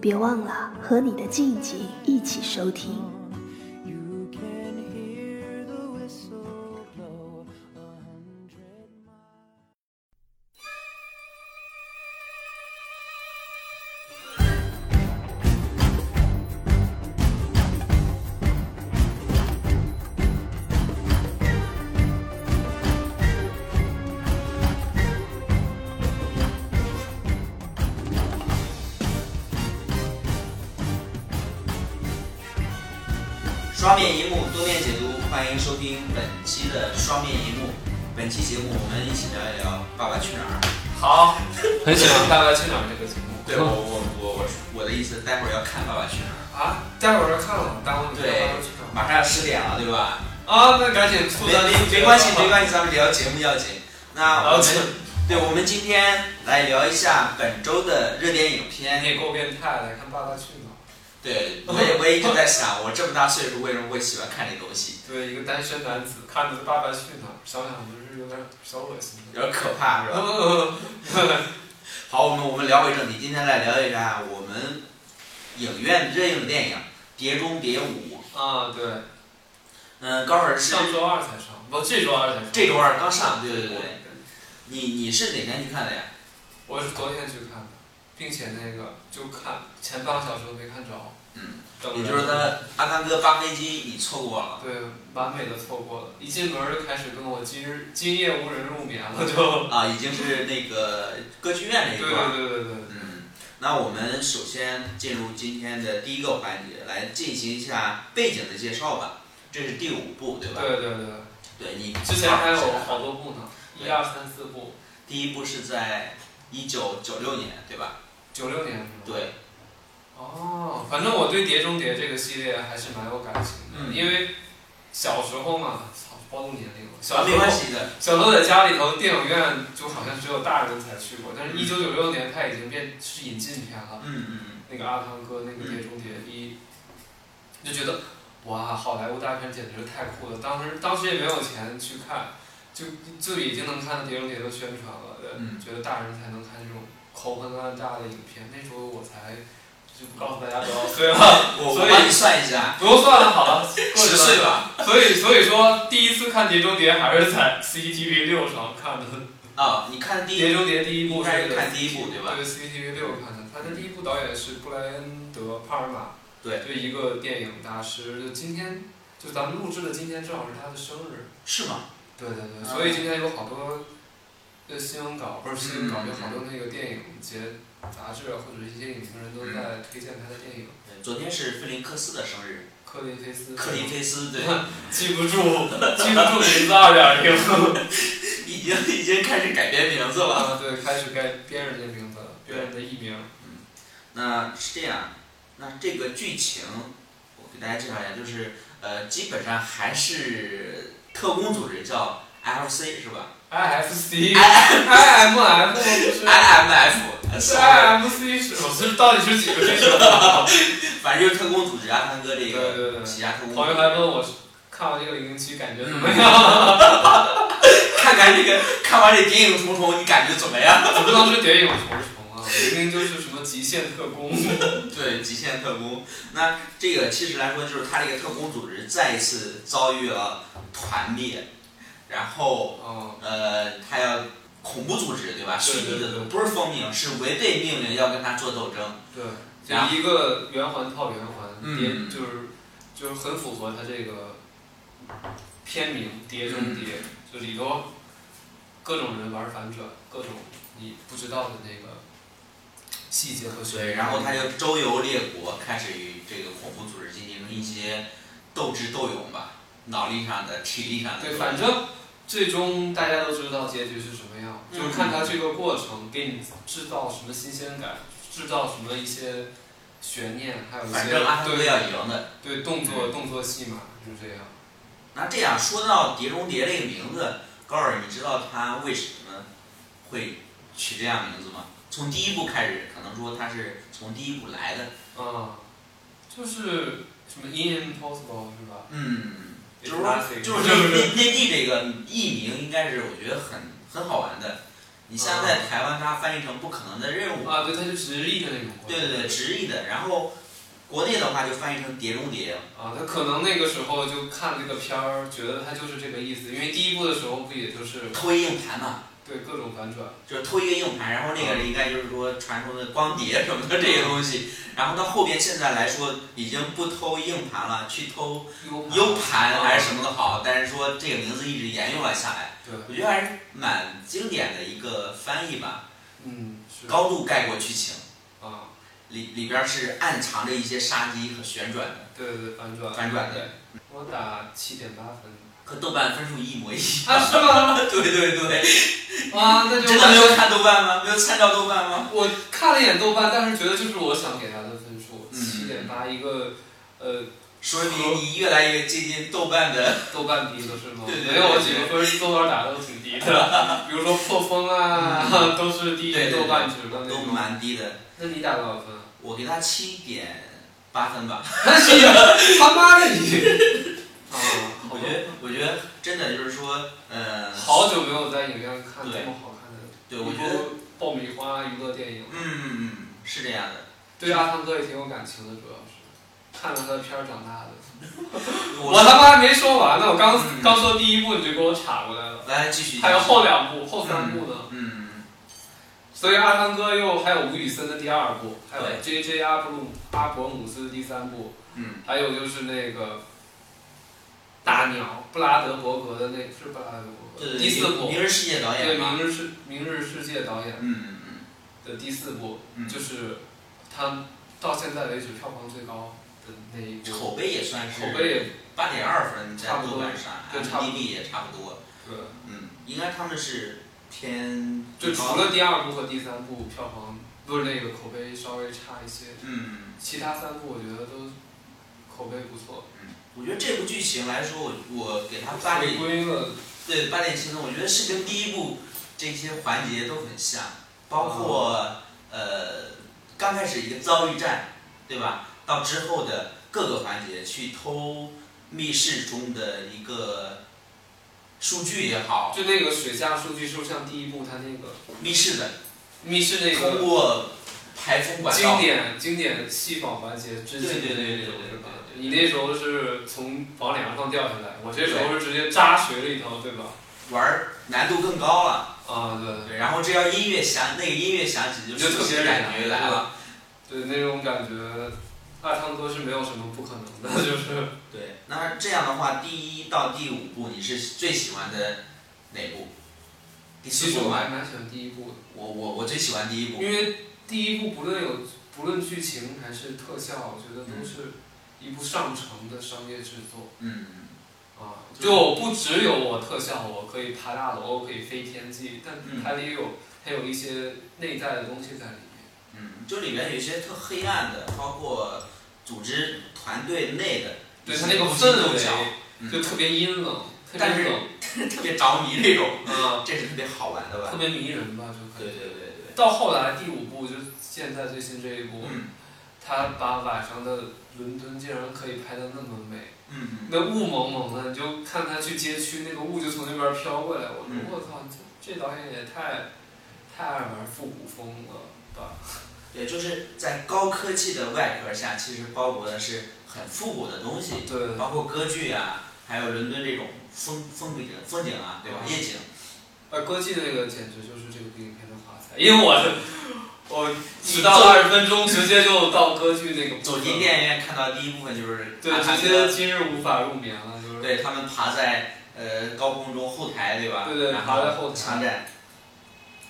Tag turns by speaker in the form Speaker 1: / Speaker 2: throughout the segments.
Speaker 1: 别忘了和你的静静一起收听。
Speaker 2: 双面一幕，多面解读，欢迎收听本期的双面一幕。本期节目我们一起聊一聊《爸爸去哪儿》。
Speaker 3: 好，很喜欢《大外去哪儿》这个节目。
Speaker 2: 对我我我我我的意思，待会儿要看《爸爸去哪儿
Speaker 3: 啊，待会儿要看了，耽误你 们
Speaker 2: 对
Speaker 3: 大家去哪》，儿
Speaker 2: 马上要十点了，对吧？
Speaker 3: 啊，那赶紧
Speaker 2: 没
Speaker 3: 吐槽
Speaker 2: 没没关系，没关系，咱们聊节目要紧。那我
Speaker 3: 了
Speaker 2: 们
Speaker 3: 解
Speaker 2: 对，我们今天来聊一下本周的热点影片。
Speaker 3: 你也够变态的，看《爸爸去哪儿
Speaker 2: 对，我也我也一直在想，我这么大岁数为什么会喜欢看这东西，》。
Speaker 3: 对，一个单身男子看着《爸爸去哪儿》，想想就是有点小恶心的。
Speaker 2: 有点可怕是吧？
Speaker 3: 嗯
Speaker 2: 好，我们我们聊回正题，今天来聊一下我们影院热映的电影《碟中谍五》。
Speaker 3: 啊，对，
Speaker 2: 嗯，高老师
Speaker 3: 上周二才上，不，这周二才上。
Speaker 2: 这周二刚上，对对
Speaker 3: 对
Speaker 2: 对。你你是哪天去看的呀？
Speaker 3: 我是昨天去看的，并且那个就看前半个小时都没看着。
Speaker 2: 嗯，
Speaker 3: 等着
Speaker 2: 也就是他阿汤哥扒飞机，你错过了。
Speaker 3: 对，完美的错过了，一进门儿就开始跟我今日今夜无人入眠了， 就。
Speaker 2: 啊，已经是那个歌剧院这
Speaker 3: 对
Speaker 2: 一
Speaker 3: 对
Speaker 2: 段。
Speaker 3: 对对对。
Speaker 2: 嗯，那我们首先进入今天的第一个环节，来进行一下背景的介绍吧。这是第五部，对吧？
Speaker 3: 对对对，
Speaker 2: 对，你
Speaker 3: 之前还有好多部呢，一
Speaker 2: 对
Speaker 3: 二三四部，
Speaker 2: 第一部是在一九九六年，对吧？
Speaker 3: 九六年是吗？
Speaker 2: 对，
Speaker 3: 哦，反正我对《碟中谍》这个系列还是蛮有感情的，
Speaker 2: 嗯
Speaker 3: 因为小时候嘛，操，暴露年龄
Speaker 2: 啊
Speaker 3: 了。小时
Speaker 2: 没关
Speaker 3: 候，
Speaker 2: 系的。
Speaker 3: 小时候在家里头，电影院就好像只有大人才去过，但是一九九六年它已经变是引进片了。
Speaker 2: 嗯嗯嗯，
Speaker 3: 那个阿汤哥那个《碟中谍》一，就觉得哇，好莱坞大片简直太酷了。当时当时也没有钱去看，就就已经能看到《碟中谍》的宣传了，对
Speaker 2: 嗯
Speaker 3: 觉得大人才能看这种口很烂大的影片。那时候我才就不告诉大家多少岁了，
Speaker 2: 我嗯
Speaker 3: 所
Speaker 2: 我
Speaker 3: 以
Speaker 2: 帮你算一下，
Speaker 3: 不用算了，好了，过
Speaker 2: 十
Speaker 3: 去了
Speaker 2: 岁。吧？
Speaker 3: 所以所以说，第一次看《碟中谍》还是在 CCTV 六上看的，
Speaker 2: 啊、你看
Speaker 3: 《
Speaker 2: 第一
Speaker 3: 碟中谍》第一部
Speaker 2: 应该是
Speaker 3: 个
Speaker 2: 看第一部对吧？
Speaker 3: 对 CCTV 六看的，他的第一部导演是布莱恩德帕尔玛，
Speaker 2: 对，
Speaker 3: 就一个电影大师。就今天，就咱们录制的今天正好是他的生日。
Speaker 2: 是吗？
Speaker 3: 对对
Speaker 2: 啊
Speaker 3: 对，所以今天有好多的新闻稿，不是新闻稿，
Speaker 2: 嗯
Speaker 3: 有好多那个电影节、杂志啊或者一些影评人都在推荐他的电影。
Speaker 2: 对昨天是菲林克斯的生日，
Speaker 3: 克林菲斯，
Speaker 2: 克林菲斯对，
Speaker 3: 记不住， 记不住名字啊二点零。
Speaker 2: 已经已经开始改编名字了。
Speaker 3: 啊，对，开始该编人家名字了，编人家艺名。
Speaker 2: 那是这样，那这个剧情我给大家介绍一下，就是呃，基本上还是特工组织叫 FC 是吧
Speaker 3: IFC、IMF 不是。
Speaker 2: ？IMF
Speaker 3: 是 IMC 是，我是到底是几个是什 么？
Speaker 2: 反正就是特工组织阿汤哥这
Speaker 3: 对
Speaker 2: 个
Speaker 3: 对对。
Speaker 2: 旗下特工组
Speaker 3: 朋友
Speaker 2: 织。
Speaker 3: 还问我是看完这个零零七感觉怎么样？
Speaker 2: 看看这个，看完这谍影重重，你感觉怎么 样？
Speaker 3: 我不能说谍影重重啊，明明就是什么极限特工。
Speaker 2: 对，极限特工。那这个其实来说，就是他这个特工组织再一次遭遇了团灭，然后
Speaker 3: 嗯，
Speaker 2: 呃，他要恐怖组织对吧？
Speaker 3: 对
Speaker 2: 蓄
Speaker 3: 对
Speaker 2: 意的
Speaker 3: 对
Speaker 2: 不是奉命，是违背命令要跟他做斗争。
Speaker 3: 对，
Speaker 2: 然后
Speaker 3: 就一个圆环套圆环，
Speaker 2: 嗯
Speaker 3: 叠就是就是很符合它这个片名《碟中谍》，就里头各种人玩反转，各种你不知道的那个细节和悬
Speaker 2: 对，
Speaker 3: 念。
Speaker 2: 然后他就周游列国，开始与这个恐怖组织进行一些斗智斗勇吧，脑力上的、体力上的。
Speaker 3: 对，反正最终大家都知道结局是什么样，
Speaker 2: 嗯
Speaker 3: 就是看它这个过程给你制造什么新鲜感，制造什么一些悬念，还有一
Speaker 2: 反正阿啊
Speaker 3: 些
Speaker 2: 汤哥
Speaker 3: 对
Speaker 2: 要赢的。
Speaker 3: 对
Speaker 2: 嗯
Speaker 3: 动作动作戏码是这样。
Speaker 2: 那这样说到《碟中谍》这个名字，高尔，你知道他为什么会取这样名字吗？从第一部开始，可能说他是从第一部来的。
Speaker 3: 啊，就是什么 In Impossible 是吧？
Speaker 2: 嗯，就是
Speaker 3: It's
Speaker 2: 说
Speaker 3: nothing
Speaker 2: 就是内内内地这个译名应该是我觉得很很好玩的。你像在台湾，它翻译成《不可能的任务》，
Speaker 3: 啊，对，它就直立的那种关系。
Speaker 2: 对对对，直译的。然后国内的话就翻译成《碟中谍》。
Speaker 3: 啊，他可能那个时候就看这个片儿，觉得他就是这个意思，因为第一部的时候不也就是
Speaker 2: 偷一硬盘嘛，
Speaker 3: 对各种反转，
Speaker 2: 就是偷一个硬盘，然后那个
Speaker 3: 嗯
Speaker 2: 应该就是说传说的光碟什么的这些东西，
Speaker 3: 嗯
Speaker 2: 然后到后边现在来说已经不偷硬盘了，去偷
Speaker 3: 嗯
Speaker 2: U 盘还是什么的
Speaker 3: 哦
Speaker 2: 好，但是说这个名字一直沿用了下来，
Speaker 3: 对，
Speaker 2: 我觉得还是蛮经典的一个翻译吧，
Speaker 3: 嗯，是
Speaker 2: 高度概括剧情，
Speaker 3: 啊，
Speaker 2: 里里边是暗藏着一些杀机和旋转的，
Speaker 3: 对对对，反转
Speaker 2: 反转的
Speaker 3: 对，我打七点八分
Speaker 2: 和豆瓣分数一模一样。
Speaker 3: 啊，是 吗？
Speaker 2: 对对对，
Speaker 3: 啊，那就
Speaker 2: 真的没
Speaker 3: 完
Speaker 2: 有
Speaker 3: 全
Speaker 2: 看豆瓣吗？没有参照豆瓣吗？
Speaker 3: 我看了一眼豆瓣，但是觉得就是我想给他的分数，
Speaker 2: 嗯
Speaker 3: 七点八一个。呃，
Speaker 2: 说明你越来越接近豆瓣的
Speaker 3: 豆瓣低了是吗？
Speaker 2: 对对对
Speaker 3: 没有，我几个分儿豆瓣打的都挺低 的，比如说破风啊，都是低
Speaker 2: 嗯
Speaker 3: 于
Speaker 2: 对对对
Speaker 3: 豆瓣值的那
Speaker 2: 都
Speaker 3: 种。
Speaker 2: 蛮低的。
Speaker 3: 那你打多少 分啊？
Speaker 2: 我给他七点八分吧。
Speaker 3: 那是他妈的 你！啊，
Speaker 2: 我觉得，我觉得真的就是说，呃，
Speaker 3: 啊好久没有在影院看这么好看的，
Speaker 2: 对，我觉得，
Speaker 3: 爆米花娱乐电影
Speaker 2: 嗯，嗯嗯，是这样的。
Speaker 3: 对阿汤哥也挺有感情的，主要是看了他的片儿长大的。我
Speaker 2: 我
Speaker 3: 他妈还没说完呢，我刚
Speaker 2: 嗯
Speaker 3: 刚说第一部你就给我岔过来了，
Speaker 2: 来继续，
Speaker 3: 还有后两部、后三部呢。
Speaker 2: 嗯，
Speaker 3: 所以阿汤哥又还有吴宇森的第二部，还有
Speaker 2: 对
Speaker 3: J J 阿布鲁阿伯姆斯的第三部，
Speaker 2: 嗯嗯，
Speaker 3: 还有就是那个大鸟布拉德伯格的那是布拉德伯
Speaker 2: 对
Speaker 3: 格
Speaker 2: 对，
Speaker 3: 第四部
Speaker 2: 嗯明日世界导
Speaker 3: 对
Speaker 2: 演
Speaker 3: 《
Speaker 2: 嘛，
Speaker 3: 明日世明日世界》导演
Speaker 2: 嗯嗯
Speaker 3: 的第四部，
Speaker 2: 嗯，
Speaker 3: 就是是他到现在为止票房最高的那一部，口
Speaker 2: 口碑也算是
Speaker 3: 碑也
Speaker 2: 八点二分，在
Speaker 3: 差不
Speaker 2: 豆
Speaker 3: 多
Speaker 2: 瓣上啊
Speaker 3: 对差不多
Speaker 2: ，IMDB 也差不多，
Speaker 3: 对，
Speaker 2: 嗯，应该他们是偏
Speaker 3: 就除
Speaker 2: 高的，
Speaker 3: 了第二部和第三部票房不是那个口碑稍微差一些，
Speaker 2: 嗯。
Speaker 3: 其他三部我觉得都口碑不错，
Speaker 2: 嗯，我觉得这部剧情来说，我我给他八
Speaker 3: 回
Speaker 2: 点，
Speaker 3: 归了
Speaker 2: 对八点七分，我觉得是跟第一部这些环节都很像，包
Speaker 3: 啊
Speaker 2: 括呃刚开始一个遭遇战，对吧？到之后的各个环节去偷密室中的一个数据也好，
Speaker 3: 就那个水下数据，是不是像第一部他那个
Speaker 2: 密室的
Speaker 3: 密室那
Speaker 2: 通
Speaker 3: 个
Speaker 2: 过排风管
Speaker 3: 经
Speaker 2: 道，
Speaker 3: 典经典戏仿环节致敬
Speaker 2: 对对
Speaker 3: 的
Speaker 2: 对对
Speaker 3: 那种
Speaker 2: 对
Speaker 3: 是吧？
Speaker 2: 对对对
Speaker 3: 你那时候是从房梁上掉下来，我这时候是直接扎水里头，对吧？
Speaker 2: 玩儿难度更高了。
Speaker 3: 啊，对
Speaker 2: 对，然后这要音乐响，那个音乐响起就
Speaker 3: 就特
Speaker 2: 熟悉
Speaker 3: 别
Speaker 2: 的感
Speaker 3: 燃
Speaker 2: 觉来了。
Speaker 3: 对，那种感觉，阿汤哥是没有什么不可能的，就是
Speaker 2: 对，那这样的话，第一到第五部你是最喜欢的哪部？第
Speaker 3: 其
Speaker 2: 四
Speaker 3: 实
Speaker 2: 部
Speaker 3: 我
Speaker 2: 吗？
Speaker 3: 还蛮喜欢第一部的，
Speaker 2: 我我我最喜欢第一部。
Speaker 3: 因为第一部不论有不论剧情还是特效，我觉得都是一部上乘的商业制作。
Speaker 2: 嗯，
Speaker 3: 啊，
Speaker 2: 就是
Speaker 3: 就不只有我特效，我可以爬大楼，我可以飞天际，但
Speaker 2: 嗯
Speaker 3: 它也有它有一些内在的东西在里面。
Speaker 2: 嗯，就里面有一些特黑暗的，包括组织团队内的，
Speaker 3: 对它那个
Speaker 2: 斗
Speaker 3: 氛
Speaker 2: 角，嗯
Speaker 3: 围啊就特别阴冷，特
Speaker 2: 但
Speaker 3: 别
Speaker 2: 是
Speaker 3: 冷，
Speaker 2: 特别着迷这种，
Speaker 3: 啊，
Speaker 2: 这是特别好玩的
Speaker 3: 特
Speaker 2: 吧？
Speaker 3: 别迷人吧，就可
Speaker 2: 对
Speaker 3: 以。
Speaker 2: 对对对，
Speaker 3: 到后来第五部就是现在最新这一部，
Speaker 2: 嗯
Speaker 3: 他把晚上的伦敦竟然可以拍的那么美，
Speaker 2: 嗯嗯，
Speaker 3: 那雾蒙蒙的，你就看他去街区，那个雾就从那边飘过来，我说
Speaker 2: 嗯
Speaker 3: 我操，这这导演也太太爱玩复古风了吧。
Speaker 2: 对，就是在高科技的外壳下，其实包裹的是很复古的东西。
Speaker 3: 对，
Speaker 2: 包括歌剧啊，还有伦敦这种风风景风景啊，对吧？
Speaker 3: 嗯
Speaker 2: 夜景，
Speaker 3: 呃，歌剧那个简直就是这个影片的华彩，因为我是我迟到
Speaker 2: 走
Speaker 3: 二十分钟，直接就到歌剧那个
Speaker 2: 走进，电影院看到第一部分就是
Speaker 3: 对，
Speaker 2: 阿汤
Speaker 3: 直接
Speaker 2: 哥
Speaker 3: 今日无法入眠了，就是
Speaker 2: 对他们爬在呃高空中后台，对吧？
Speaker 3: 对对
Speaker 2: 然
Speaker 3: 爬在后台
Speaker 2: 枪战，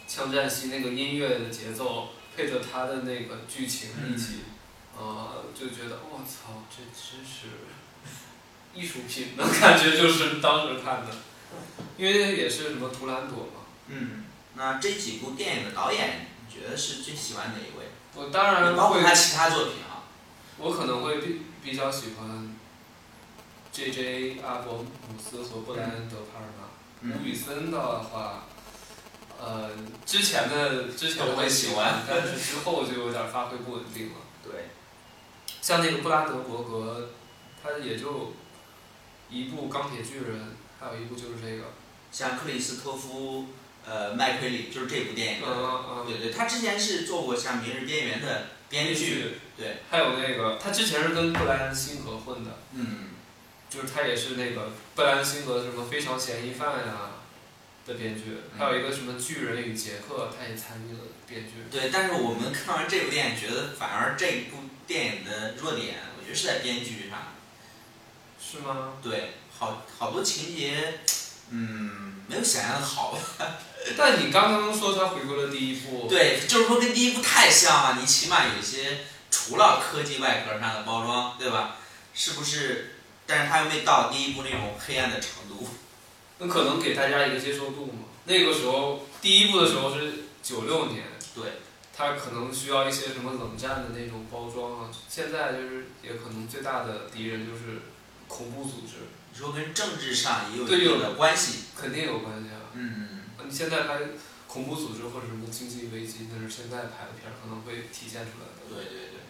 Speaker 3: 枪战戏那个音乐的节奏配着他的那个剧情一起，啊、就觉得我操，这真是艺术品的感觉，就是当时看的，因为也是什么图兰朵嘛。
Speaker 2: 嗯，那这几部电影的导演，你觉得是最喜欢哪一位？
Speaker 3: 我当然
Speaker 2: 包括
Speaker 3: 会
Speaker 2: 他其他作品啊，
Speaker 3: 我可能会比比较喜欢 J.J. 阿伯姆斯和布莱恩·德帕尔纳。
Speaker 2: 嗯
Speaker 3: 吴宇森的话，呃，之前的之前我很喜欢，但是之后就有点发挥不稳定了。
Speaker 2: 对，
Speaker 3: 像那个布拉德伯格，他也就一部《钢铁巨人》，还有一部就是这个，
Speaker 2: 像克里斯托夫呃麦奎里就是这部电影
Speaker 3: 嗯
Speaker 2: 的，
Speaker 3: 嗯嗯，
Speaker 2: 对对，他之前是做过像《明日边缘》的编剧，
Speaker 3: 剧，
Speaker 2: 对，
Speaker 3: 还有那个他之前是跟布莱恩·辛格混的，
Speaker 2: 嗯，
Speaker 3: 就是他也是那个布莱恩·辛格的什么《非常嫌疑犯》呀的编剧，还有一个什么《巨人与杰克》，他也参与了编剧。
Speaker 2: 对，但是我们看完这部电影，觉得反而这部电影的弱点，我觉得是在编剧上。
Speaker 3: 是吗？
Speaker 2: 对，好好多情节，嗯，没有想象的好。
Speaker 3: 但你刚刚说他回归了第一部，
Speaker 2: 对，就是说跟第一部太像了，你起码有一些除了科技外壳上的包装，对吧？是不是？但是它又没到第一部那种黑暗的程度。
Speaker 3: 那可能给大家一个接受度嘛。那个时候，第一部的时候是九六年，
Speaker 2: 对，
Speaker 3: 它可能需要一些什么冷战的那种包装啊。现在就是也可能最大的敌人就是恐怖组织，
Speaker 2: 你说跟政治上也有
Speaker 3: 对
Speaker 2: 一定的关系。
Speaker 3: 肯定有关系啊。
Speaker 2: 嗯，
Speaker 3: 你现在拍恐怖组织或者什么经济危机，那是现在拍的片儿可能会体现出来的。
Speaker 2: 对对对。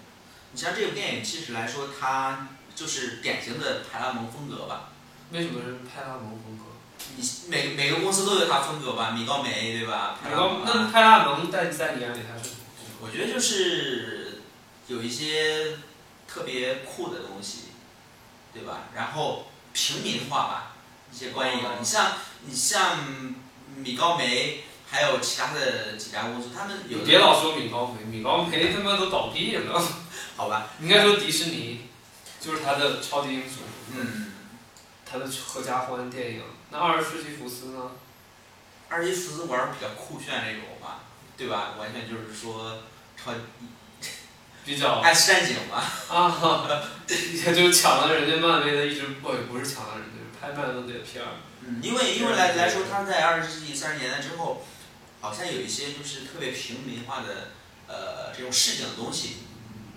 Speaker 2: 你像这部电影，其实来说，它就是典型的派拉蒙风格吧。
Speaker 3: 为什么是派拉蒙风格？
Speaker 2: 你每每个公司都有它风格吧，米高梅对吧？
Speaker 3: 你
Speaker 2: 派拉
Speaker 3: 刚
Speaker 2: 蒙
Speaker 3: 那派拉蒙在在你眼里他是什么风格？
Speaker 2: 我觉得就是有一些特别酷的东西，对吧？然后平民化吧，一些观影。
Speaker 3: 哦
Speaker 2: 你像你像米高梅，还有其他的几家公司，他们有
Speaker 3: 你
Speaker 2: 的
Speaker 3: 别老说米高梅，米高梅他妈都倒闭了。
Speaker 2: 好吧？
Speaker 3: 应该说迪士尼就是他的超级英雄，
Speaker 2: 嗯，
Speaker 3: 他的合家欢电影。那二十世纪福斯呢？
Speaker 2: 二级福斯玩儿比较酷炫那种嘛，对吧？完全就是说超
Speaker 3: 比较
Speaker 2: 爱斯战警嘛。
Speaker 3: 啊，也就抢了人家漫威的一直不不是抢了人家，是拍漫威的片儿。
Speaker 2: 嗯，因为因为来来说，他在二十世纪三十年代之后，好像有一些就是特别平民化的呃这种市井的东西，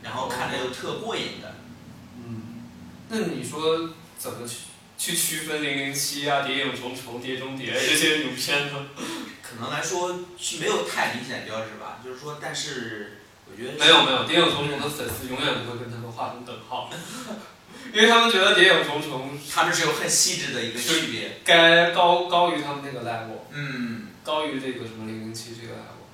Speaker 2: 然后看着又特过瘾的。
Speaker 3: 嗯，那你说怎么去去区分零零七啊、谍影重重、碟中谍这些影片呢？
Speaker 2: 可能来说是没有太明显的标志吧，就是说，但是我觉得
Speaker 3: 没有没有，谍影重重的粉丝永远不会跟他们画成等号， 因为他们觉得谍影重重
Speaker 2: 他们是有很细致的一个区别。
Speaker 3: 该高高于他们那个 level，
Speaker 2: 嗯，
Speaker 3: 高于这个什么零零七这个 level。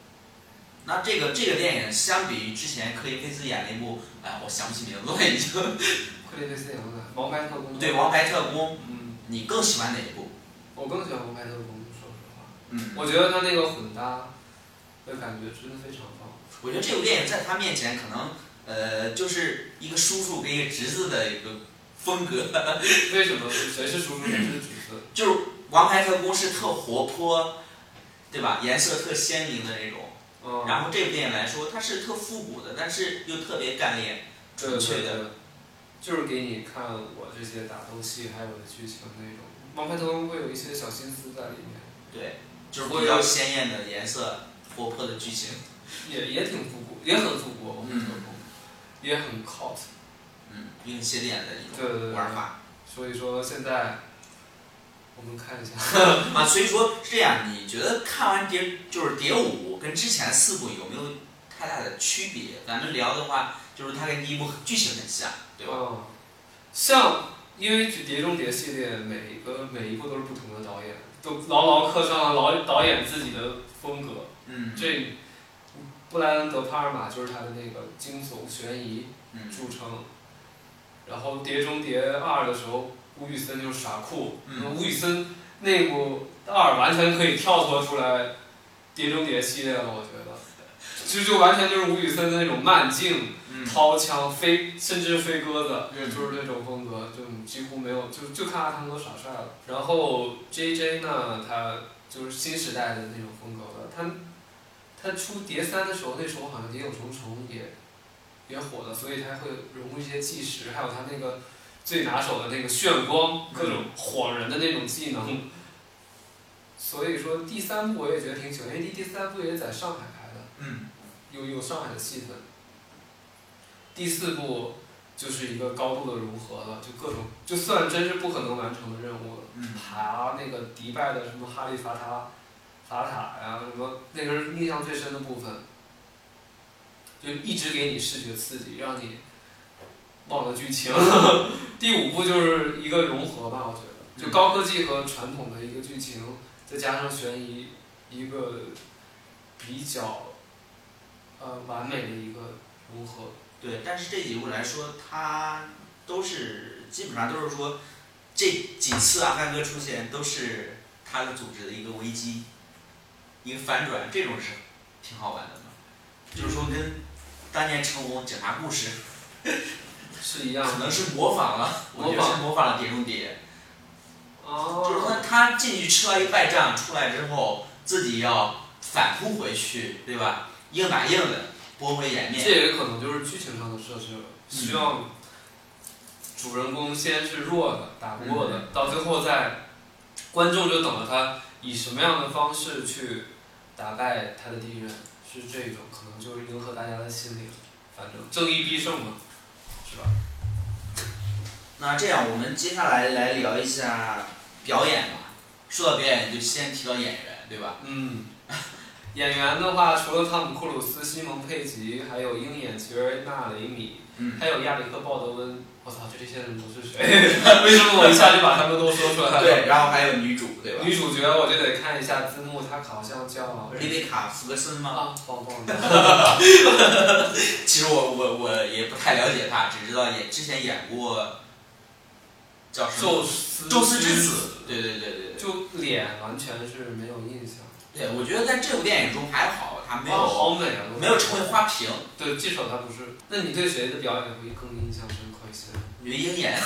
Speaker 2: 那这个这个电影相比于之前克林菲斯演的一部，哎、我想不起名字了已经。
Speaker 3: 克林菲斯演的《王牌特工》
Speaker 2: 对《王牌特工》，
Speaker 3: 嗯，
Speaker 2: 你更喜欢哪一部？
Speaker 3: 我更喜欢《王牌特工》，说实话，
Speaker 2: 嗯，
Speaker 3: 我觉得他那个混搭的感觉真的非常棒。
Speaker 2: 我觉得这部电影在他面前可能，呃，就是一个叔叔跟一个侄子的一个风格，
Speaker 3: 为什么谁是叔叔谁是侄子？
Speaker 2: 就是《王牌特工》是特活泼，对吧？颜色特鲜明的那种。
Speaker 3: 嗯，
Speaker 2: 然后这部电影来说，它是特复古的，但是又特别干练、
Speaker 3: 对
Speaker 2: 纯粹的。
Speaker 3: 对，就是给你看我这些打斗戏，还有我的剧情那种。《王牌特工》会有一些小心思在里面，
Speaker 2: 对，就是比较鲜艳的颜色、活泼的剧情。
Speaker 3: 也也挺复古，也很复古，《王牌特工》也很 cult。
Speaker 2: 嗯，一个写点的一
Speaker 3: 对对对
Speaker 2: 种玩法
Speaker 3: 所以说现在我们看一下，
Speaker 2: 啊。所以说是这样，你觉得看完蝶就是蝶舞跟之前四部有没有太大的区别？咱们聊的话，就是它跟第一部剧情很像，对吧？
Speaker 3: 嗯，像因为《碟中谍》系列每一个每一部都是不同的导演，都牢牢刻上了老导演自己的风格。
Speaker 2: 嗯，
Speaker 3: 这布莱恩·德帕尔玛就是他的那个惊悚悬疑
Speaker 2: 嗯
Speaker 3: 著称。然后《碟中谍二》的时候，吴宇森就是耍酷，
Speaker 2: 嗯
Speaker 3: 那吴宇森那部二完全可以跳脱出来《碟中谍》系列了，我觉得。就就完全就是吴宇森的那种慢镜，
Speaker 2: 嗯
Speaker 3: 掏枪飞，甚至飞鸽子，
Speaker 2: 嗯
Speaker 3: 就是这种风格，就几乎没有，就就看阿汤哥耍帅了。然后 J J 呢，他就是新时代的那种风格了。他他出《碟三》的时候，那时候好像《谍影重重》也也火了，所以他会融入一些计时，还有他那个最拿手的那个炫光，各种晃人的那种技能。所以说第三部我也觉得挺喜欢，因为第第三部也在上海拍的。
Speaker 2: 嗯
Speaker 3: 有有上海的气氛。第四部就是一个高度的融合了，就各种就算真是不可能完成的任务了，
Speaker 2: 嗯
Speaker 3: 爬那个迪拜的什么哈利法塔法塔呀、什么那个是印象最深的部分，就一直给你视觉刺激，让你忘了剧情。 第五部就是一个融合吧，我觉得，就
Speaker 2: 嗯
Speaker 3: 高科技和传统的一个剧情，再加上悬疑，一个比较呃完美的一个融合。
Speaker 2: 对，但是这几部来说，它都是基本上都是说，这几次阿甘哥出现都是他的组织的一个危机，一个反转，这种是挺好玩的嘛。就是说跟当年成龙警察故事
Speaker 3: 是一样
Speaker 2: 可
Speaker 3: 的
Speaker 2: 能是模仿了，我觉得是模仿了《碟中谍》，就是
Speaker 3: 哦，
Speaker 2: 说他进去吃完一败仗出来之后，自己要反扑回去，对吧？硬打硬的，驳回颜
Speaker 3: 这
Speaker 2: 面。
Speaker 3: 也可能就是剧情上的设置了，希望主人公先是弱的，打不过
Speaker 2: 嗯
Speaker 3: 的，到最后再观众就等着他以什么样的方式去打败他的敌人，是这种可能就是迎合大家的心理了，反正正义必胜嘛，是吧？
Speaker 2: 那这样，我们接下来来聊一下表演吧。说到表演，就先提到演员，对吧？
Speaker 3: 嗯， 演员的话，除了汤姆·克鲁斯、西蒙·佩吉，还有鹰眼奇瑞纳雷米，
Speaker 2: 嗯
Speaker 3: 还有亚历克·鲍德温。我操，这些人都 是谁？为什么我一下就把他们都说出来了？
Speaker 2: 对，，然后还有女主，对吧？
Speaker 3: 女主角我就得看一下字幕，她好 像叫
Speaker 2: 丽维卡·福格森吗？
Speaker 3: 啊，忘忘了。
Speaker 2: 其实我我我也不太了解她，只知道演之前演过叫什么
Speaker 3: 宙斯，
Speaker 2: 《宙斯之子》。对对对对对。
Speaker 3: 就脸完全是没有印象。
Speaker 2: 对，我觉得在这部电影中还好，她没
Speaker 3: 哇
Speaker 2: 有
Speaker 3: 好美啊！
Speaker 2: 没有成为花瓶，
Speaker 3: 对，至少她不是。那你对谁的表演会更印象深刻一些？
Speaker 2: 我觉得鹰眼。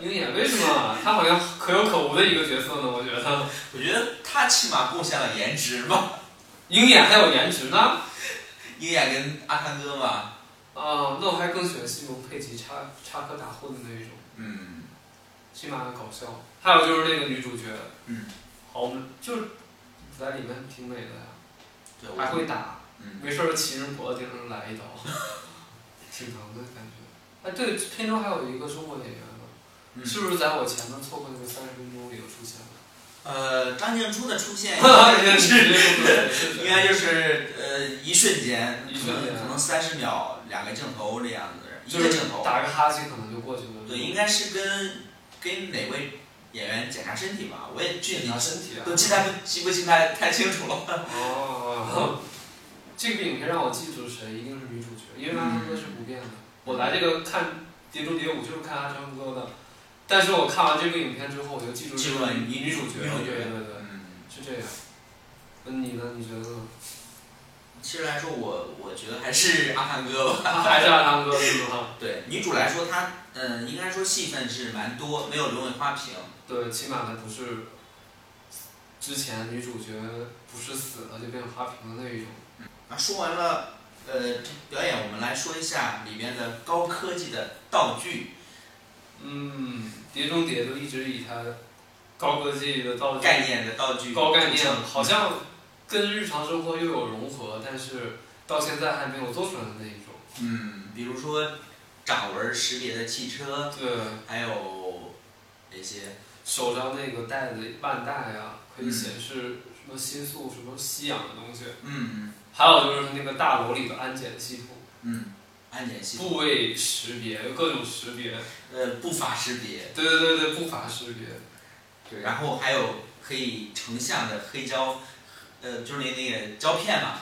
Speaker 3: 鹰眼为什么？她好像可有可无的一个角色呢？我觉得。
Speaker 2: 我觉得她起码贡献了颜值嘛。
Speaker 3: 鹰眼还有颜值呢？啊、
Speaker 2: 鹰眼跟阿汤哥嘛，
Speaker 3: 啊那我还更喜欢西蒙佩吉插插科打诨的那一种，
Speaker 2: 嗯，
Speaker 3: 起码搞笑。还有就是那个女主角，
Speaker 2: 嗯，
Speaker 3: 好美，就是在里面挺美的呀，
Speaker 2: 对，
Speaker 3: 还
Speaker 2: 我
Speaker 3: 会打，
Speaker 2: 嗯。
Speaker 3: 没事儿就骑人脖子顶上来一刀， 挺疼的感觉。哎，对，片中还有一个中国演员呢，
Speaker 2: 嗯
Speaker 3: 是不是在我前面错过那个三十分钟里又出现了？
Speaker 2: 呃，张静初的出 现
Speaker 3: 人家直
Speaker 2: 是
Speaker 3: 接就不认识
Speaker 2: 应该就是呃一瞬间，
Speaker 3: 一瞬间
Speaker 2: 可能可能三十秒两个镜头这样子，
Speaker 3: 就
Speaker 2: 一个镜
Speaker 3: 是
Speaker 2: 头。
Speaker 3: 打个哈欠可能就过去了。
Speaker 2: 对，应该是跟跟哪位演员检查身体吧，我也具
Speaker 3: 检
Speaker 2: 体
Speaker 3: 查身体啊。
Speaker 2: 都 记他记不清太太清楚了。
Speaker 3: 哦， 这个影片让我记住谁，一定是女主角，因为阿
Speaker 2: 嗯
Speaker 3: 汤哥是不变的。我来这个看《碟中谍五》就是看阿汤哥的，但是我看完这部影片之后，我就记住
Speaker 2: 记
Speaker 3: 这
Speaker 2: 住
Speaker 3: 个
Speaker 2: 了
Speaker 3: 女
Speaker 2: 嗯女
Speaker 3: 主角。
Speaker 2: 主
Speaker 3: 对
Speaker 2: 角
Speaker 3: 对对对，
Speaker 2: 嗯，
Speaker 3: 是这样。那你呢？你觉得呢？
Speaker 2: 其实来说我我觉得还是阿汤哥 吧。
Speaker 3: 他还是阿汤哥是吗？
Speaker 2: 对，女主来说她嗯、呃应该说戏份是蛮多，没有沦为花瓶。
Speaker 3: 对，起码他不是之前女主角不是死了就变成花瓶的那一种。
Speaker 2: 啊，说完了，呃，表演我们来说一下里面的高科技的道具
Speaker 3: 嗯，碟中谍就一直以他高科技的道具
Speaker 2: 概念的道具，
Speaker 3: 高概念，嗯好像跟日常生活又有融合，但是到现在还没有做出来的那一种。
Speaker 2: 嗯，比如说掌纹识别的汽车，
Speaker 3: 对，
Speaker 2: 还有哪些？
Speaker 3: 手上那个带子腕带呀、可以显示什么心速、什么吸氧的东西。
Speaker 2: 嗯
Speaker 3: 还有就是那个大楼里的安检系统，
Speaker 2: 嗯，安检系统，
Speaker 3: 部位识别，各种识别，
Speaker 2: 呃，步伐识别，
Speaker 3: 对对对对，步伐识别，
Speaker 2: 对，然后还有可以成像的黑胶，呃，就是那那个胶片嘛，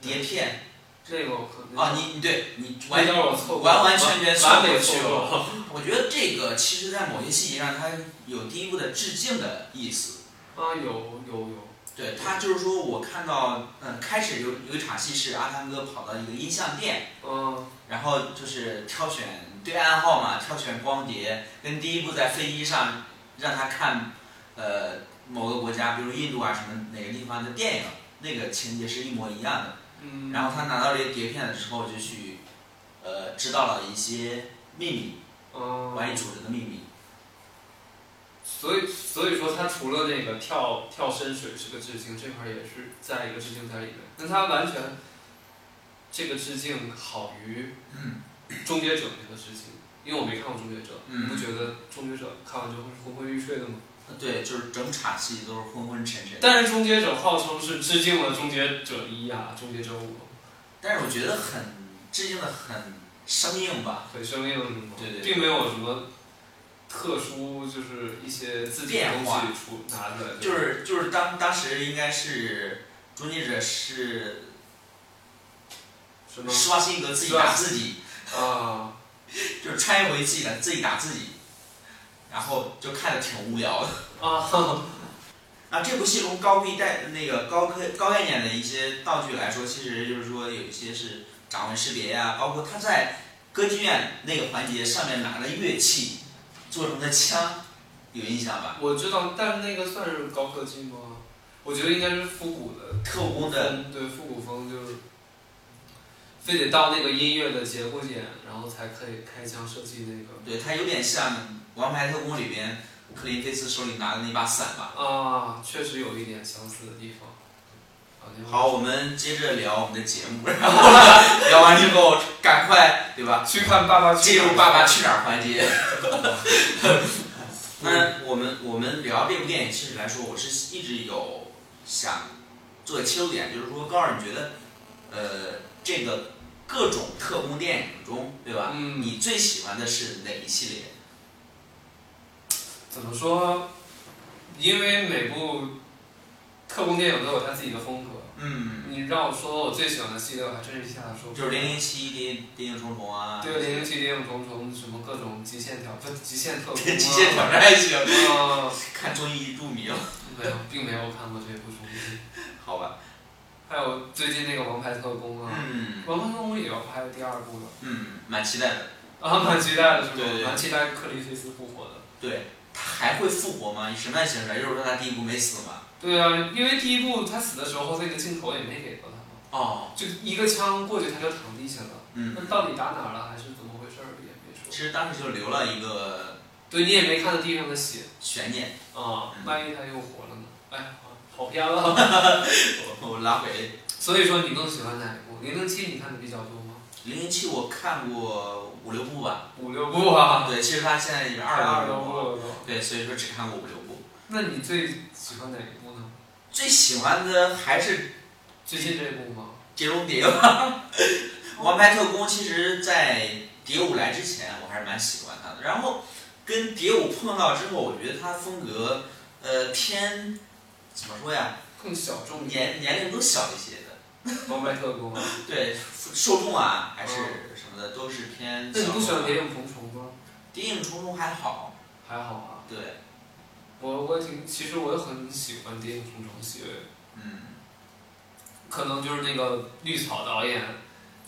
Speaker 2: 碟片
Speaker 3: 这个我可能
Speaker 2: 啊，你你对你完
Speaker 3: 完全我错过，
Speaker 2: 完完全全
Speaker 3: 完美
Speaker 2: 错
Speaker 3: 错
Speaker 2: 过
Speaker 3: 过。
Speaker 2: 我觉得这个其实，在某些细节上，它有第一步的致敬的意思。
Speaker 3: 啊，有有有，
Speaker 2: 对，它就是说我看到，嗯，开始有有一场戏是阿汤哥跑到一个音像店，
Speaker 3: 嗯，
Speaker 2: 然后就是挑选对暗号嘛，挑选光碟，跟第一步在飞机上让他看，呃，某个国家，比如印度啊什么哪个地方的电影，那个情节是一模一样的。
Speaker 3: 嗯，
Speaker 2: 然后他拿到这个碟片的时候，就去，呃，知道了一些秘密，
Speaker 3: 嗯，
Speaker 2: 关于组织的秘密。
Speaker 3: 所以，所以说他除了那个跳跳深水是个致敬，这块儿也是在一个致敬在里面。但他完全这个致敬好于
Speaker 2: 嗯
Speaker 3: 嗯《终结者》那个致敬，因为我没看过《终结者》，
Speaker 2: 嗯
Speaker 3: 你不觉得《终结者》看完之后是昏昏欲睡的吗？
Speaker 2: 对，就是整场戏都是昏昏沉沉。
Speaker 3: 但是《终结者》号称是致敬了《终结者一》啊，《终结者五
Speaker 2: 但是我觉得很致敬的很生硬吧，》
Speaker 3: 很生硬的嘛，
Speaker 2: 对对对
Speaker 3: 并没有什么特殊，就是一些自己的东
Speaker 2: 变化
Speaker 3: 西出拿出来，对
Speaker 2: 就是就是当当时应该是终结者是
Speaker 3: 什么
Speaker 2: 施瓦辛格自己打自己，
Speaker 3: 啊，
Speaker 2: 就是穿越回自己的自己打自己，然后就看着挺无聊的。
Speaker 3: 啊，
Speaker 2: 啊，这部戏从高科技带那个高科高概念的一些道具来说，其实就是说有一些是掌纹识别呀、包括他在歌剧院那个环节上面拿的乐器做成的枪，有印象吧？
Speaker 3: 我知道，但是那个算是高科技吗？我觉得应该是复古的
Speaker 2: 特工的，
Speaker 3: 风对复古风就是，非得到那个音乐的节骨眼，然后才可以开枪射击那个
Speaker 2: 对，它有点像《王牌特工》里边克林菲斯手里拿的那把伞吧。
Speaker 3: 啊，确实有一点相似的地方。啊，那会儿
Speaker 2: 好，我们接着聊我们的节目，然后聊完之后赶快对吧？
Speaker 3: 去看《爸爸
Speaker 2: 进
Speaker 3: 去哪儿
Speaker 2: 入《爸爸去哪儿》环 节。当然，我们我们聊这部电影，其实来说，我是一直有想做的切入点，就是说，高二，你觉得，呃，这个各种特工电影中，对吧？
Speaker 3: 嗯
Speaker 2: 你最喜欢的是哪一系列？
Speaker 3: 怎么说？因为每部特工电影都有它自己的风格。
Speaker 2: 嗯，
Speaker 3: 你让我说我最喜欢的系列，我还真是一下子说不出
Speaker 2: 就
Speaker 3: 来
Speaker 2: 是零零七、谍谍影重重啊，
Speaker 3: 对零零七、谍影重重，什么各种极限挑不极限特工、啊、
Speaker 2: 极限挑战还行，
Speaker 3: 啊，
Speaker 2: 看综艺入迷了，
Speaker 3: 没有，并没有看过这部综艺。
Speaker 2: 好吧？
Speaker 3: 还有最近那个《王牌特工》啊，
Speaker 2: 嗯
Speaker 3: 《王牌特工》也要拍第二部了，
Speaker 2: 嗯，蛮期待的。
Speaker 3: 啊，蛮期待的是
Speaker 2: 对对嗯
Speaker 3: 吗？
Speaker 2: 对
Speaker 3: 蛮期待克里菲斯复活的。
Speaker 2: 对，他还会复活吗？以什么样的形式？就是说他第一部没死嘛？
Speaker 3: 对啊，因为第一部他死的时候那个镜头也没给到他嘛，
Speaker 2: 哦，
Speaker 3: 就一个枪过去他就躺地下了。
Speaker 2: 嗯
Speaker 3: 那，到底打哪儿了，还是怎么回事儿也没
Speaker 2: 其
Speaker 3: 说。
Speaker 2: 实当时就留了一个
Speaker 3: 对你也没看到地上的血
Speaker 2: 悬念。
Speaker 3: 啊
Speaker 2: 嗯，
Speaker 3: 万一他又活了呢？哎呀，好偏了。
Speaker 2: 我我拉回
Speaker 3: 所以说你更喜欢哪一部？零零七你看的比较多吗？
Speaker 2: 零零七，我看过五六部吧。
Speaker 3: 五六部啊，
Speaker 2: 对，其实他现在也
Speaker 3: 二
Speaker 2: 二
Speaker 3: 多
Speaker 2: 部了。
Speaker 3: 部了都。
Speaker 2: 对，所以说只看过五六部。
Speaker 3: 那你最喜欢哪一部呢？
Speaker 2: 最喜欢的还是《
Speaker 3: 最近这部吗？
Speaker 2: 碟中谍》吧，《王牌特工》。其实，在《蝶舞》来之前，我还是蛮喜欢他的。然后跟《蝶舞》碰到之后，我觉得他风格，呃，偏怎么说呀？
Speaker 3: 更小众一
Speaker 2: 年
Speaker 3: 点，
Speaker 2: 年龄都小一些的，
Speaker 3: 《王牌特工》啊。
Speaker 2: 对受众啊还是什么的都是偏
Speaker 3: 那
Speaker 2: 小
Speaker 3: 你
Speaker 2: 众。
Speaker 3: 不喜欢《谍影重重》吗？
Speaker 2: 谍影重重还好，
Speaker 3: 还好啊，
Speaker 2: 对，
Speaker 3: 我我挺，其实我很喜欢《谍影重重》系列，
Speaker 2: 嗯，
Speaker 3: 可能就是那个绿草导演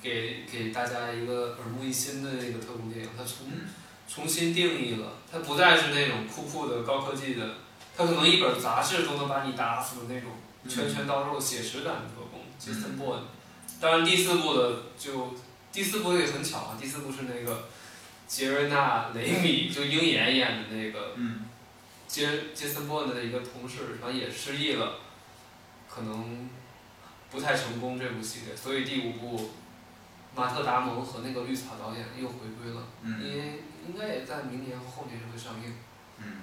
Speaker 3: 给给大家一个耳目一新的那个特工电影，他重
Speaker 2: 嗯
Speaker 3: 重新定义了，它不再是那种酷酷的高科技的，它可能一本杂志都能把你打死的那种
Speaker 2: 嗯
Speaker 3: 拳拳到肉、写实感的特工，杰森·波恩。当然，第四部的就第四部也很巧啊，第四部是那个杰瑞娜·雷米，就鹰眼演的那个
Speaker 2: 嗯
Speaker 3: 杰杰森·波恩的一个同事，然后也失忆了，可能不太成功这部系列，所以第五部马特·达蒙和那个绿草导演又回归了。
Speaker 2: 嗯
Speaker 3: 也应该也在明年后年会上映。
Speaker 2: 嗯，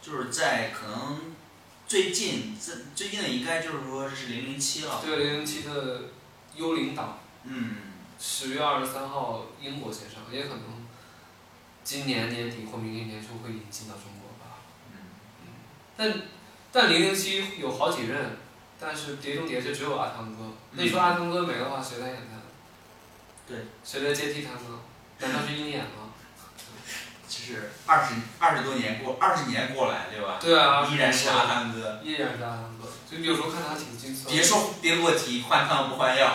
Speaker 2: 就是在可能最近最最近的应该就是说是零零七了，
Speaker 3: 对，零零七的《幽灵党
Speaker 2: 嗯》
Speaker 3: 十月二十三号英国先上，也可能今年年底或明年年初会引进到中国吧。
Speaker 2: 嗯，
Speaker 3: 但但零零七有好几任，但是《碟中谍》就只有阿汤哥。那你说阿汤哥没的话，谁来演他？
Speaker 2: 嗯对，
Speaker 3: 谁来接替他呢？难道是鹰眼吗？
Speaker 2: 就是二十二十多年过二十年过来，对吧？
Speaker 3: 对啊，
Speaker 2: 依然是阿汤哥，
Speaker 3: 依然是阿汤哥。就有时候看他挺心酸的。
Speaker 2: 别说别给我提换汤不换 药，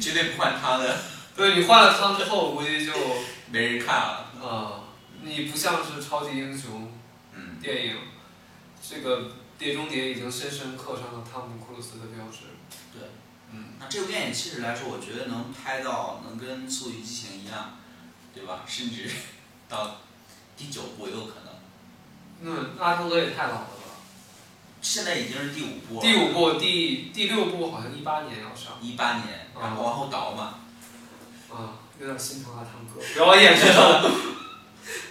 Speaker 2: 绝对不换汤的，
Speaker 3: 对你换了汤之后，估计就
Speaker 2: 没人看了，
Speaker 3: 啊，你不像是超级英雄
Speaker 2: 嗯。
Speaker 3: 电影，这个《碟中谍》已经深深刻上了汤姆·克鲁斯的标志。
Speaker 2: 对，
Speaker 3: 嗯，
Speaker 2: 那这部电影其实来说，我觉得能拍到能跟《速度与激情》一样，对吧？甚至到第九部也有可能。
Speaker 3: 那阿汤哥也太老了吧？
Speaker 2: 现在已经是第五部了，
Speaker 3: 第五部、第第六部好像一八年要上
Speaker 2: 一八年，
Speaker 3: 啊
Speaker 2: 然后往后倒嘛。
Speaker 3: 啊，有点心疼阿汤哥，不要演这种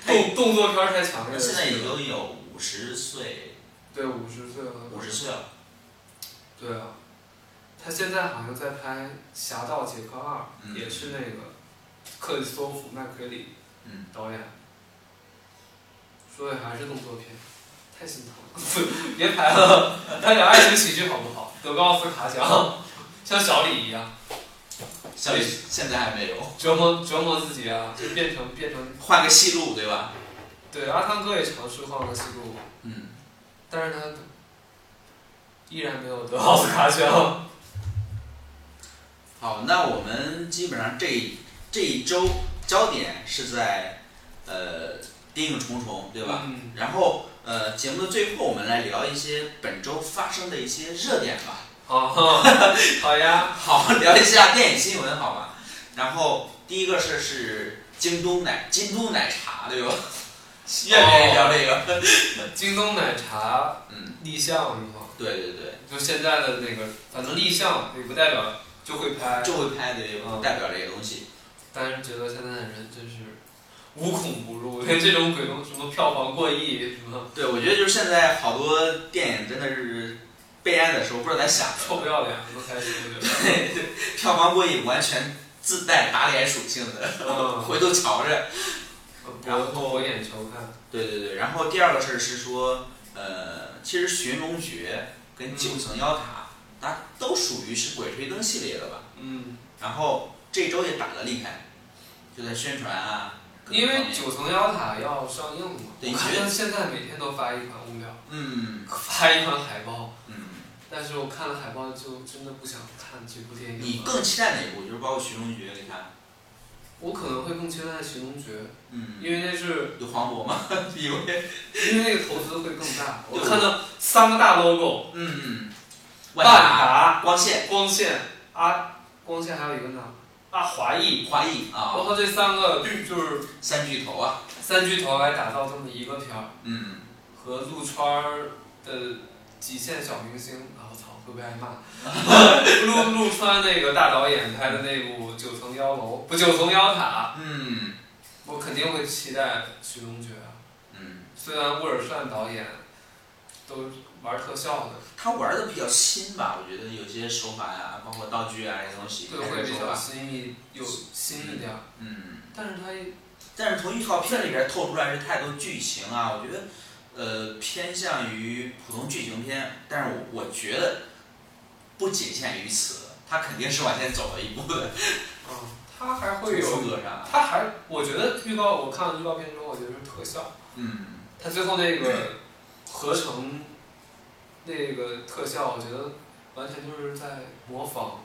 Speaker 3: 动动作片儿太强烈的戏
Speaker 2: 现在已
Speaker 3: 了。
Speaker 2: 经有五十岁，
Speaker 3: 对，五十岁了。
Speaker 2: 五十岁了，
Speaker 3: 对啊，他现在好像在拍《侠盗杰克二》
Speaker 2: 嗯
Speaker 3: 也是那个克里斯托弗·麦奎里
Speaker 2: 嗯，
Speaker 3: 导演，所以还是动作片，太心疼了， 别拍了，拍点爱情喜剧好不好？得个奥斯卡奖，像小李一样嗯
Speaker 2: 小李现在还没有，
Speaker 3: 折磨折磨自己啊，就变成变成
Speaker 2: 换个戏路对吧？
Speaker 3: 对阿汤哥也尝试换个思路，
Speaker 2: 嗯，
Speaker 3: 但是他依然没有得奥斯卡奖。
Speaker 2: 好，那我们基本上这一这一周焦点是在呃谍影重重对吧？
Speaker 3: 嗯，
Speaker 2: 然后呃节目的最后我们来聊一些本周发生的一些热点吧。
Speaker 3: 好，好呀，
Speaker 2: 好， 聊一下电影新闻好吧？然后第一个是是京东奶京东奶茶对吧？ 愿不愿意聊这个？
Speaker 3: 京东奶茶
Speaker 2: 嗯，
Speaker 3: 立项是吗？
Speaker 2: 对对对，
Speaker 3: 就现在的那个，反正立项也不代表就会拍，
Speaker 2: 就会拍的也
Speaker 3: 嗯
Speaker 2: 代表这个东西。
Speaker 3: 但是觉得现在的人真是无孔不入， 连这种鬼东什么票房过亿什么
Speaker 2: 对，我觉得就是现在好多电影真的是备案的时候不知道在想什
Speaker 3: 臭
Speaker 2: 么
Speaker 3: 不，要脸都开始就觉
Speaker 2: 对对，票房过亿完全自带打脸属性的，
Speaker 3: 得，嗯，
Speaker 2: 回头瞧着。然后
Speaker 3: 博博呃眼球看，
Speaker 2: 对对对，然后第二个事儿是说，呃，其实寻龙诀跟
Speaker 3: 嗯
Speaker 2: 九层妖塔，它都属于是鬼吹灯系列的吧？
Speaker 3: 嗯，
Speaker 2: 然后这周也打得厉害，就在宣传啊，各个
Speaker 3: 因
Speaker 2: 方
Speaker 3: 为
Speaker 2: 面
Speaker 3: 九层妖塔要上映了嘛，
Speaker 2: 对
Speaker 3: 我看他现在每天都发一款物料，
Speaker 2: 嗯
Speaker 3: 发一款海报，
Speaker 2: 嗯，
Speaker 3: 但是我看了海报就真的不想看这部电影了，
Speaker 2: 你更期待哪一部？就是包括寻龙诀给他，
Speaker 3: 我可能会更期待《寻龙诀》，
Speaker 2: 嗯，
Speaker 3: 因为那是。
Speaker 2: 有黄渤吗？ 有，
Speaker 3: 因为那个投资会更大。
Speaker 2: 对
Speaker 3: 我看到三个大 logo，
Speaker 2: 嗯嗯，
Speaker 3: 万
Speaker 2: 万达、
Speaker 3: 达、
Speaker 2: 光线、
Speaker 3: 光线、啊，光线还有一个呢，啊，华谊。
Speaker 2: 华谊
Speaker 3: 包
Speaker 2: 啊，
Speaker 3: 括这三个就是
Speaker 2: 三巨头啊，
Speaker 3: 三巨头来打造这么一个片儿，
Speaker 2: 嗯，
Speaker 3: 和陆川儿的极限小明星，啊我操会被挨 骂。陆陆川那个大导演拍的那部《九层妖楼》不《九层妖塔
Speaker 2: 嗯》，
Speaker 3: 我肯定会期待《寻龙诀》啊。
Speaker 2: 嗯，
Speaker 3: 虽然沃尔善导演都玩特效的，
Speaker 2: 他玩的比较新吧，我觉得有些手法呀、包括道具啊这些东西，
Speaker 3: 对，会比
Speaker 2: 手
Speaker 3: 较
Speaker 2: 法，
Speaker 3: 新意，有新一点儿。
Speaker 2: 嗯。
Speaker 3: 但是它
Speaker 2: 但是从预告片里边透出来是太多剧情啊，我觉得，呃，偏向于普通剧情片，但是我我觉得不仅限于此，它肯定是往前走了一步的，
Speaker 3: 嗯，它还会
Speaker 2: 风
Speaker 3: 有，
Speaker 2: 格上，
Speaker 3: 它还，我觉得预告，我看了预告片之后，我觉得是特效，
Speaker 2: 嗯，
Speaker 3: 它最后那个合成那个特效，我觉得完全就是在模仿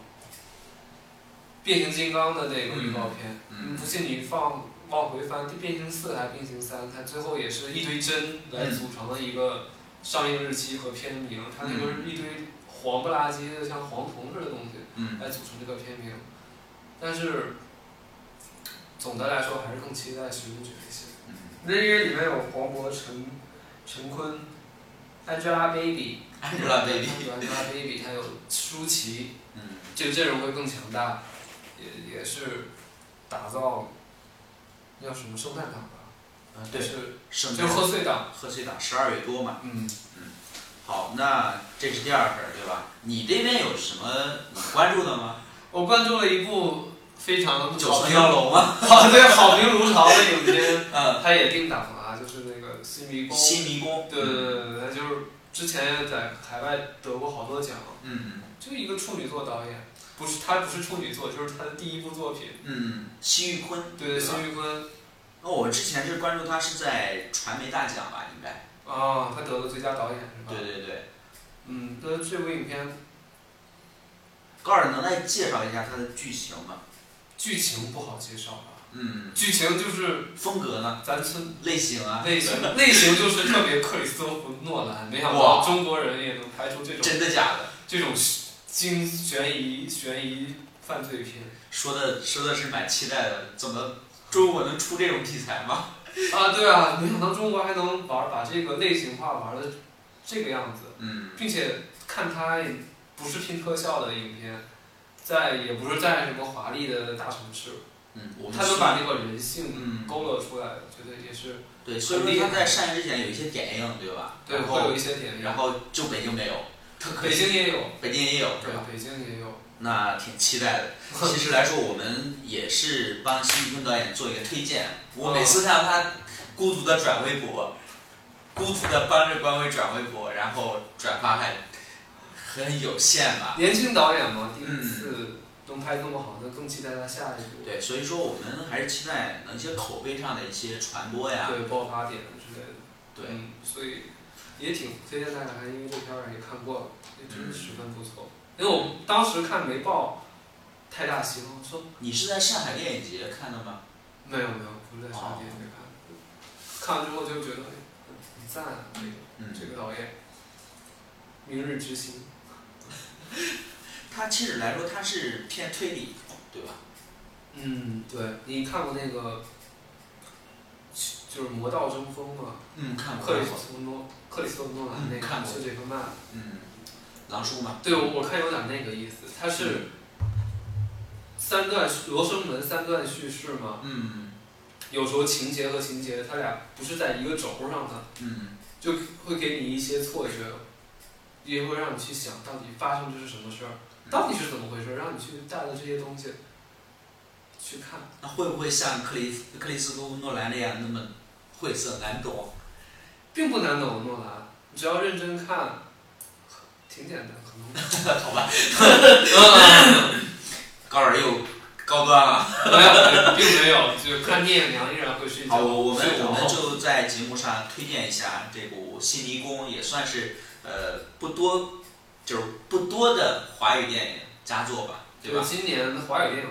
Speaker 3: 变形金刚的那个预告片。
Speaker 2: 嗯嗯
Speaker 3: 不信你放往回翻，第变形四还是变形三，它最后也是一堆帧
Speaker 2: 嗯
Speaker 3: 来组成了一个上映日期和片名，它那个是一堆黄不拉几的像黄铜似的东西。
Speaker 2: 嗯
Speaker 3: 来组成这个片名。但是总的来说，还是更期待徐梦觉一些，
Speaker 2: 嗯，
Speaker 3: 因为里面有黄渤、陈陈坤、Angelababy、
Speaker 2: Angelababy
Speaker 3: Angelababy，还有舒淇，
Speaker 2: 嗯
Speaker 3: 这个阵容会更强大，也也是打造叫什么圣诞档吧，
Speaker 2: 啊
Speaker 3: 就
Speaker 2: 对，
Speaker 3: 是
Speaker 2: 圣
Speaker 3: 就
Speaker 2: 诞
Speaker 3: 是贺岁档，
Speaker 2: 贺岁档十二月多嘛，
Speaker 3: 嗯，
Speaker 2: 好，那这是第二份儿对吧？你这边有什么你关注的吗？
Speaker 3: 我关注了一部非常
Speaker 2: 九层妖 楼吗？
Speaker 3: 好对好评如潮的影片，
Speaker 2: 嗯，
Speaker 3: 它也定档了啊，就是那个《新迷宫》。
Speaker 2: 新迷宫，
Speaker 3: 对对对对，他就是之前在海外得过好多奖，
Speaker 2: 嗯
Speaker 3: 就是一个处女座导演，不是他不是处女座，就是他的第一部作品。
Speaker 2: 嗯，西域坤，
Speaker 3: 对对，辛玉坤
Speaker 2: 哦，我之前是关注他是在传媒大奖吧，应该。
Speaker 3: 啊，他得了最佳导演是吧？
Speaker 2: 对对对，
Speaker 3: 嗯，那这部影片
Speaker 2: 高尔能来介绍一下它的剧情吗？
Speaker 3: 剧情不好介绍吧？
Speaker 2: 嗯，
Speaker 3: 剧情就是
Speaker 2: 风格呢？
Speaker 3: 咱村
Speaker 2: 类型啊？
Speaker 3: 类型，类型就是特别克里斯托弗诺兰，没想到
Speaker 2: 哇
Speaker 3: 中国人也能拍出这种
Speaker 2: 真的假的？
Speaker 3: 这种惊悬疑悬疑犯罪片。
Speaker 2: 说的说的是蛮期待的，怎么中国能出这种题材吗？
Speaker 3: 啊，对啊，没想到中国还能玩把这个类型化玩的这个样子，
Speaker 2: 嗯
Speaker 3: 并且看它也不是拼特效的影片，在也不是在什么华丽的大城市，
Speaker 2: 嗯，我们
Speaker 3: 他就是把那个人性
Speaker 2: 嗯，
Speaker 3: 勾勒出来了，觉得也是
Speaker 2: 对，所以
Speaker 3: 很厉
Speaker 2: 说
Speaker 3: 害
Speaker 2: 他在上映之前有一些点映，对吧？
Speaker 3: 对，
Speaker 2: 然
Speaker 3: 会有
Speaker 2: 后
Speaker 3: 一些点亮。
Speaker 2: 然后就北京没有，特可
Speaker 3: 北
Speaker 2: 惜，
Speaker 3: 京也有，
Speaker 2: 北京也有，
Speaker 3: 对
Speaker 2: 对吧？，
Speaker 3: 北京也有。
Speaker 2: 那挺期待的。其实来说，我们也是帮辛宇坤导演做一个推荐。
Speaker 3: 嗯
Speaker 2: 我每次看到他孤独的转微博，孤独的帮着官微转微博，然后转发还很有限吧。
Speaker 3: 年轻导演嘛，第一
Speaker 2: 嗯
Speaker 3: 次能拍这么好，那更期待他下一部。
Speaker 2: 对，所以说我们还是期待能一些口碑上的一些传播呀。
Speaker 3: 对爆发点之类的。
Speaker 2: 对，
Speaker 3: 嗯，所以也挺推荐大家看，因为这片儿也看过了，也真是十分不错。
Speaker 2: 嗯
Speaker 3: 因为我们当时看没抱太大希望，说
Speaker 2: 你是在上海电影节看的吗？
Speaker 3: 没有没有，不是在沙店里看，看完之后就觉得哎很赞啊，这个
Speaker 2: 嗯，
Speaker 3: 这个导演，明日之星，
Speaker 2: 他其实来说他是偏推理，对吧？
Speaker 3: 嗯，对，你看过那个就是《魔道争锋》吗？
Speaker 2: 嗯，看过
Speaker 3: 克里。斯托诺克里斯托诺兰那
Speaker 2: 嗯
Speaker 3: 个
Speaker 2: 看过
Speaker 3: 是这个漫，
Speaker 2: 嗯，狼叔嘛。
Speaker 3: 对我我看有点那个意思，它是。三段罗生门三段叙事嘛，
Speaker 2: 嗯
Speaker 3: 有时候情节和情节它俩不是在一个轴上的，
Speaker 2: 嗯
Speaker 3: 就会给你一些错觉，也会让你去想到底发生的是什么事儿，到底是怎么回事儿，让你去带着这些东西去看。
Speaker 2: 那会不会像克里斯克里斯托夫诺兰那样那么晦涩难懂？
Speaker 3: 并不难懂，诺兰，你只要认真看，挺简单，很容易。
Speaker 2: 好吧，
Speaker 3: 嗯，
Speaker 2: 高尔又高端了。
Speaker 3: 没有，并没有，就是看聂隐娘依然会睡觉。
Speaker 2: 好，我我们
Speaker 3: 睡午
Speaker 2: 我们
Speaker 3: 后
Speaker 2: 就在节目上推荐一下这部《新迷宫》，也算是呃不多，就是不多的华语电影佳作吧，对
Speaker 3: 对
Speaker 2: 吧？
Speaker 3: 今年的华语电影，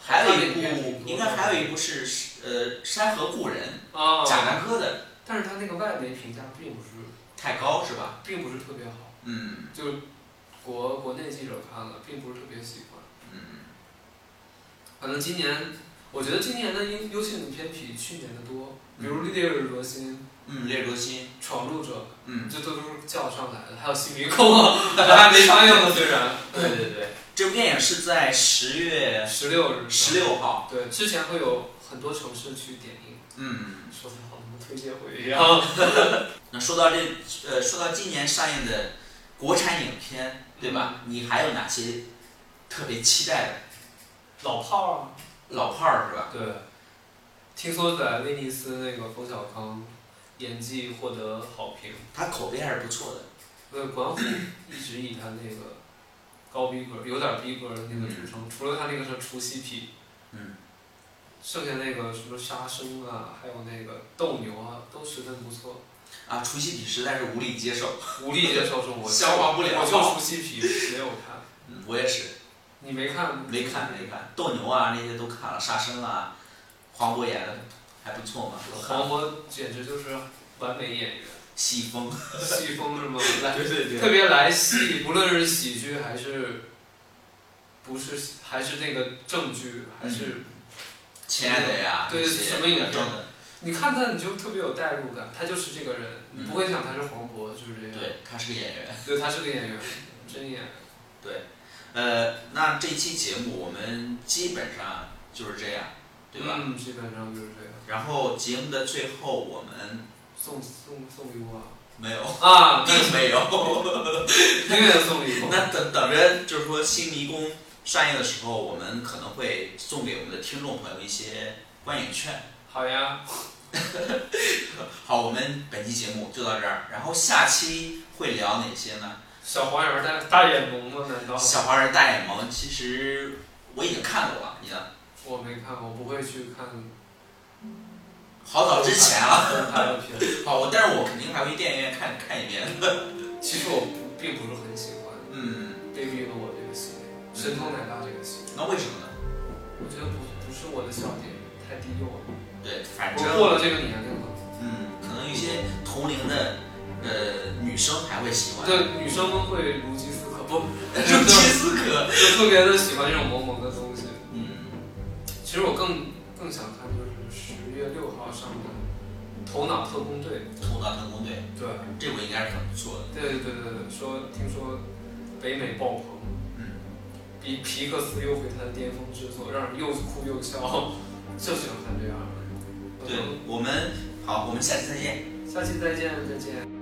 Speaker 2: 还有一
Speaker 3: 好看的片
Speaker 2: 部，
Speaker 3: 子
Speaker 2: 应该还有一部是呃《山河故人》，
Speaker 3: 啊，
Speaker 2: 贾樟柯的，
Speaker 3: 但是他那个外媒评价并不是，
Speaker 2: 太高是吧？
Speaker 3: 并不是特别好。
Speaker 2: 嗯
Speaker 3: 就国国内记者看了，并不是特别喜欢。
Speaker 2: 嗯
Speaker 3: 反正今年，我觉得今年的优优秀影片比去年的多，比如《烈日灼心
Speaker 2: 嗯，烈日灼心，》
Speaker 3: 《闯入者
Speaker 2: 嗯》，，
Speaker 3: 这都是叫上来的，还有《新迷宫》， 还没上映呢，虽然
Speaker 2: 对对对，这部电影是在十月
Speaker 3: 十六日，
Speaker 2: 十六号。
Speaker 3: 对，之前会有很多城市去点映，
Speaker 2: 嗯，
Speaker 3: 说的好像推介会一样。
Speaker 2: 那说到这，呃，说到今年上映的国产影片，对吧？你还有哪些特别期待的？
Speaker 3: 老炮儿啊，
Speaker 2: 老炮儿是吧？
Speaker 3: 对，听说在威尼斯那个冯小刚演技获得好评。
Speaker 2: 他口碑还是不错的。
Speaker 3: 呃，管虎一直以他那个高逼格，有点逼格的那个著称，除了他那个是除夕皮，
Speaker 2: 嗯，
Speaker 3: 剩下那个什么杀生啊，还有那个斗牛啊，都十分不错。
Speaker 2: 啊，除夕比实在是无力接受。
Speaker 3: 无力接受是我
Speaker 2: 消化不了
Speaker 3: 我就除夕皮没有看，
Speaker 2: 嗯，我也是，
Speaker 3: 你没看吗？
Speaker 2: 没看没看，斗牛啊那些都看了，杀生啊，黄渤演的还不错嘛，都看了。
Speaker 3: 黄渤简直就是完美演员，
Speaker 2: 戏风，
Speaker 3: 戏风是吗？来，
Speaker 2: 对 对
Speaker 3: 特，别来戏，不论是喜剧还是不是喜还是那个正剧，还是。
Speaker 2: 嗯亲爱的呀，
Speaker 3: 对
Speaker 2: 这些
Speaker 3: 什么影片
Speaker 2: 等等
Speaker 3: 你看他，你就特别有代入感，他就是这个人，你不会想他是黄渤，就是这样。
Speaker 2: 嗯对，他是个演员。
Speaker 3: 对，他是个演员，真演员。
Speaker 2: 呃，那这期节目我们基本上就是这样，对吧？
Speaker 3: 嗯，基本上就是这样。
Speaker 2: 然后节目的最后，我们
Speaker 3: 送送送 礼物啊！
Speaker 2: 没有，
Speaker 3: 啊，
Speaker 2: 并没有。
Speaker 3: 那永远送礼物。
Speaker 2: 那等等着，就是说《新迷宫》上映的时候，我们可能会送给我们的听众朋友一些观影券。
Speaker 3: 好呀，
Speaker 2: 好，我们本期节目就到这儿，然后下期会聊哪些呢？
Speaker 3: 小黄人大大眼萌吗？难道
Speaker 2: 小黄人大眼萌，其实我已经看过了，你呢？
Speaker 3: 我没看？我不会去看。
Speaker 2: 好啊早之前了。
Speaker 3: 拍的片子，
Speaker 2: 好，我但是我肯定还会去电影院看看一遍。
Speaker 3: 其实我不并不是很喜欢
Speaker 2: 嗯，
Speaker 3: 《Baby 和我》这个系列，《神偷奶爸》这个系列，
Speaker 2: 那为什么呢？
Speaker 3: 我觉得不不是我的笑点，太低幼了。
Speaker 2: 对，反正
Speaker 3: 我过了这个年龄了。
Speaker 2: 嗯，可能有一些同龄的呃女生还会喜欢。
Speaker 3: 对，女生们会如饥似渴，不，
Speaker 2: 如饥似渴。
Speaker 3: 就特别的喜欢这种萌萌的东西。
Speaker 2: 嗯，
Speaker 3: 其实我更更想看就是十月六号上的《头脑特工队》。
Speaker 2: 头脑特工队
Speaker 3: 对，
Speaker 2: 这部应该是很不错的。
Speaker 3: 对对对对，说听说北美爆棚，
Speaker 2: 嗯，
Speaker 3: 比皮克斯又回他的巅峰之作，让人又哭又笑， 就喜欢看这样的。
Speaker 2: 对，我们好，我们下期再见。
Speaker 3: 下期再见，再见。